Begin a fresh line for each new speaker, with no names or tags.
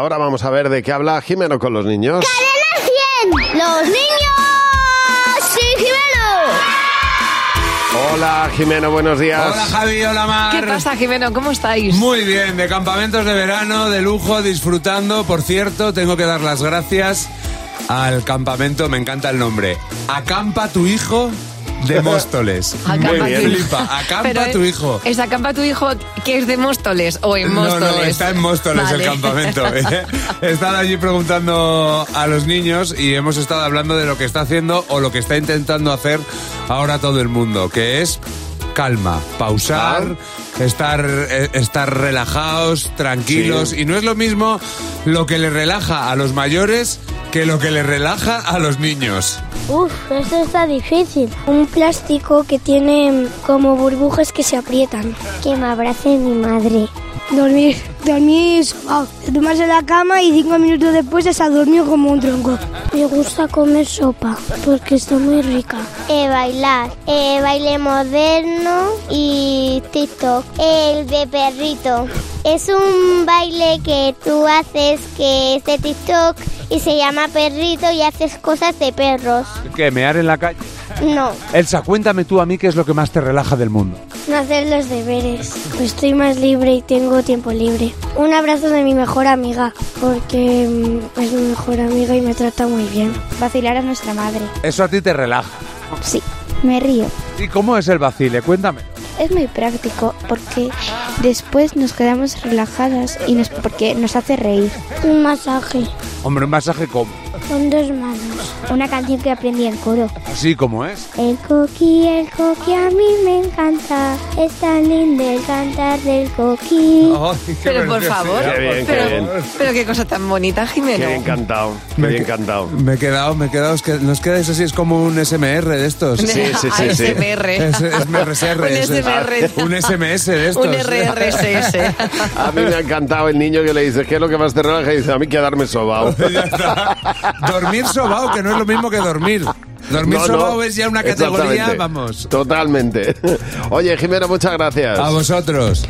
Ahora vamos a ver de qué habla Jimeno con los niños.
¡Cadena 100! ¡Los niños! ¡Sí,
Hola Jimeno, buenos días.
Hola Javi, hola Mar.
¿Qué pasa, Jimeno? ¿Cómo estáis?
Muy bien, de campamentos de verano, de lujo, disfrutando. Por cierto, tengo que dar las gracias al campamento, me encanta el nombre. Acampa tu hijo de Móstoles.
Acampa
Muy bien.
tu hijo.
Flipa, acampa
Pero,
tu hijo.
¿Es acampa tu hijo que es de Móstoles o en Móstoles?
No, no, está en Móstoles
Vale.
el campamento. ¿eh? Están allí preguntando a los niños y hemos estado hablando de lo que está haciendo o lo que está intentando hacer ahora todo el mundo, que es calma, pausar, estar, eh, estar relajados, tranquilos.
Sí.
Y no es lo mismo lo que le relaja a los mayores que lo que le relaja a los niños.
Uf, esto está difícil.
Un plástico que tiene como burbujas que se aprietan.
Que me abrace mi madre.
Dormir, dormir, sobao. tomarse la cama y cinco minutos después se ha dormido como un tronco.
Me gusta comer sopa porque está muy rica. Eh, bailar. Eh, baile moderno y TikTok. El de perrito. Es un baile que tú haces que es de TikTok y se llama perrito y haces cosas de perros.
¿Qué? ¿Mear en la calle?
No,
Elsa, cuéntame tú a mí qué es lo que más te relaja del mundo.
No hacer los deberes. Pues estoy más libre y tengo tiempo libre. Un abrazo de mi mejor amiga, porque mm, es mi mejor amiga y me trata muy bien.
Vacilar a nuestra madre.
Eso a ti te relaja.
Sí, me río.
¿Y cómo es el vacile? Cuéntame.
Es muy práctico porque después nos quedamos relajadas y nos, porque nos hace reír.
Un masaje
Hombre, un masaje como.
con dos manos.
Una canción que aprendí en coro.
Así como es.
El coqui, el coqui a mí me encanta. Es tan lindo el cantar del coqui.
Pero por favor,
Qué bien, qué
pero,
bien.
pero qué cosa tan bonita,
Qué
Jimeno.
encantado, qué encantado.
Me he quedado, me he quedado. es que nos queda eso sí, es como un SMR de estos.
Sí, sí, sí, sí.
ASMR.
Es- es MRSR,
Un
eso.
SMR.
Un SMS de estos. ¿eh?
Un RRSS.
A mí me ha encantado el niño que le dice, ¿qué es lo que más te relaja? Y dice, a mí quedarme sobao.
Ya está. Dormir sobao, que no es lo mismo que dormir. Dormir
No, no.
sobao es ya una categoría,
Exactamente.
vamos.
Totalmente. Oye, Jimeno, muchas gracias.
A vosotros.